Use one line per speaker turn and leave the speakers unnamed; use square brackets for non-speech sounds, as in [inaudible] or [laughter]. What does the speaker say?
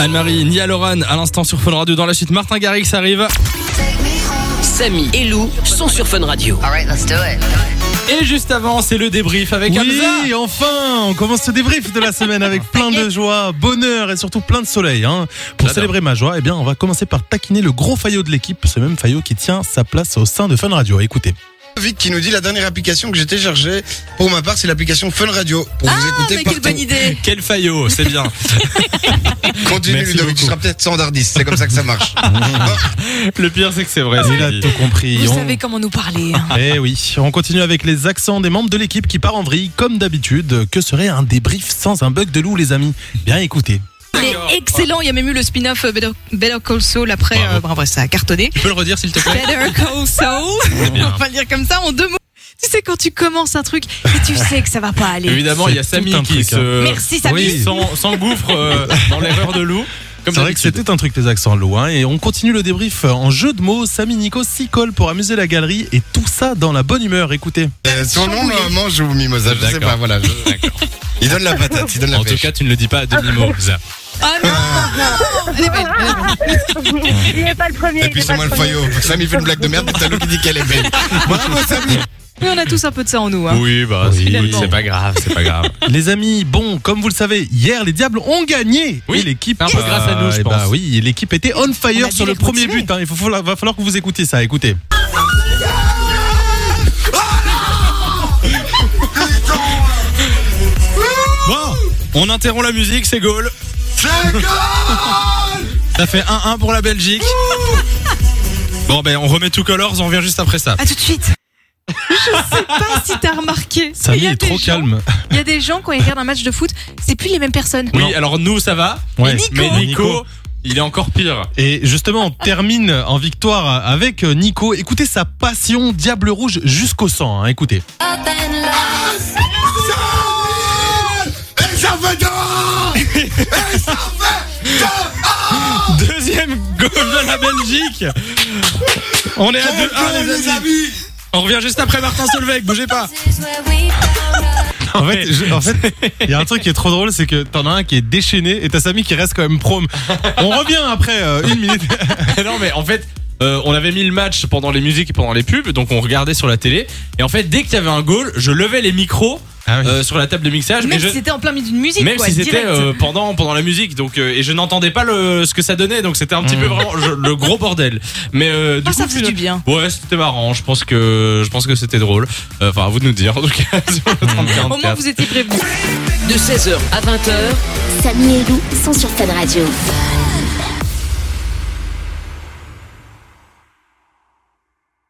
Anne-Marie, Nia Loran, à l'instant sur Fun Radio dans la suite. Martin Garrix arrive.
Samy et Lou sont sur Fun Radio.
All right, let's do it.
Et juste avant, c'est le débrief avec Hamza.
Oui, enfin, on commence ce débrief de la semaine avec plein de joie, bonheur et surtout plein de soleil. hein. Pour
J'adore.
célébrer ma joie, eh bien, on va commencer par taquiner le gros faillot de l'équipe, ce même faillot qui tient sa place au sein de Fun Radio. Écoutez.
Vic qui nous dit la dernière application que j'ai téléchargée, pour ma part, c'est l'application Fun Radio. Pour vous écouter
mais
partout.
quelle bonne idée
Quel faillot, c'est bien.
Continue,
Merci
Ludovic,
beaucoup.
tu seras peut-être standardiste. C'est comme ça que ça marche.
[laughs]
Euh,
Le pire, c'est que c'est vrai.
Il a tout compris.
Vous
On-
savez comment nous parler.
[laughs]
hein.
Eh oui, on continue avec les accents des membres de l'équipe qui part en vrille, comme d'habitude. Que serait un débrief sans un bug de loup, les amis Bien écoutez.
Il est excellent. Il y a même eu le spin-off euh, Better, Better Call Saul après.
Bravo.
euh, bravo, ça a cartonné.
Tu peux le redire, s'il te plaît
Better
[laughs]
Call Saul. On va le dire comme ça en deux mots. Tu sais, quand tu commences un truc et tu sais que ça va pas aller.
Évidemment, il y a
C'est
Samy
tout un
qui
truc,
se.
Merci, Samy.
Oui, s'en- s'engouffre euh, [laughs] dans l'erreur de loup. Comme
C'est vrai que c'est
d'habitude.
tout un truc les accents loups. hein. et on continue le débrief en jeu de mots. Samy Nico s'y colle pour amuser la galerie et tout ça dans la bonne humeur. Écoutez.
Euh, Son nom, normalement, joue au mimosa. Je sais
D'accord.
pas, voilà. je- Il donne la patate, il donne la
En tout
pêche.
cas, tu ne le dis pas à demi-mot, Hamza.
Ah non Elle est belle, elle est belle.
Il n'est pas le premier.
Et puis, c'est moi le faillot. Samy fait une blague de merde, et t'as l'autre qui dit qu'elle est belle. Bravo, Samy.
Mais on a tous un peu de ça en nous. hein.
Oui, bah,
Oui.
oui, c'est pas grave, c'est pas grave.
[laughs] Les amis, bon, comme vous le savez, hier les Diables ont gagné.
[laughs] Oui. euh,
Et l'équipe,
Un peu Ah, grâce à nous, je
eh ben
pense.
oui, et l'équipe était on
On a
fire
dû
sur le
les
premier
motiver.
but. hein. Il faut- faut- va falloir que vous écoutiez ça. Écoutez.
[laughs] Bon, on interrompt la musique, c'est Gaulle. Ça fait 1-1 pour la Belgique. Bon, ben on remet Two Colors, on revient juste après ça.
À tout de suite. Je sais pas si t'as remarqué. Il
Samy
y a
est
des
trop
gens-
calme.
Il y a des gens quand ils regardent un match de foot, c'est plus les mêmes personnes.
Oui, alors nous, ça va.
Ouais.
Mais Nico, il est encore pire.
Et justement, on termine en victoire avec euh, Nico. Écoutez sa passion Diable Rouge jusqu'au sang. hein. Écoutez.
Deuxième goal de la Belgique. On est à 2-1, les amis. On revient juste après Martin Solveig, bougez pas.
En fait, je- en fait, il y a un truc qui est trop drôle, c'est que t'en as un qui est déchaîné et t'as Samy qui reste quand même prom. On revient après euh, une minute.
[laughs] non, mais en fait. euh, on avait mis le match pendant les musiques et pendant les pubs, donc on regardait sur la télé. Et en fait, dès qu'il y avait un goal, je levais les micros euh, sur la table de mixage. mais
Même
je...
si c'était en plein milieu d'une musique.
Même
quoi,
si c'était
direct.
euh, pendant pendant la musique, donc euh, et je n'entendais pas le ce que ça donnait, donc c'était un petit peu vraiment je- le gros bordel. Mais euh, du
Ah,
coup,
ça faisait
final-
du bien.
Ouais, c'était marrant. Je pense que je pense que c'était drôle. Euh, Enfin, à vous de nous dire en tout cas. [laughs] sur le 30-44.
Au moins vous étiez prévenus.
De 16h à 20h,
Samy et Lou sont sur Fan Radio.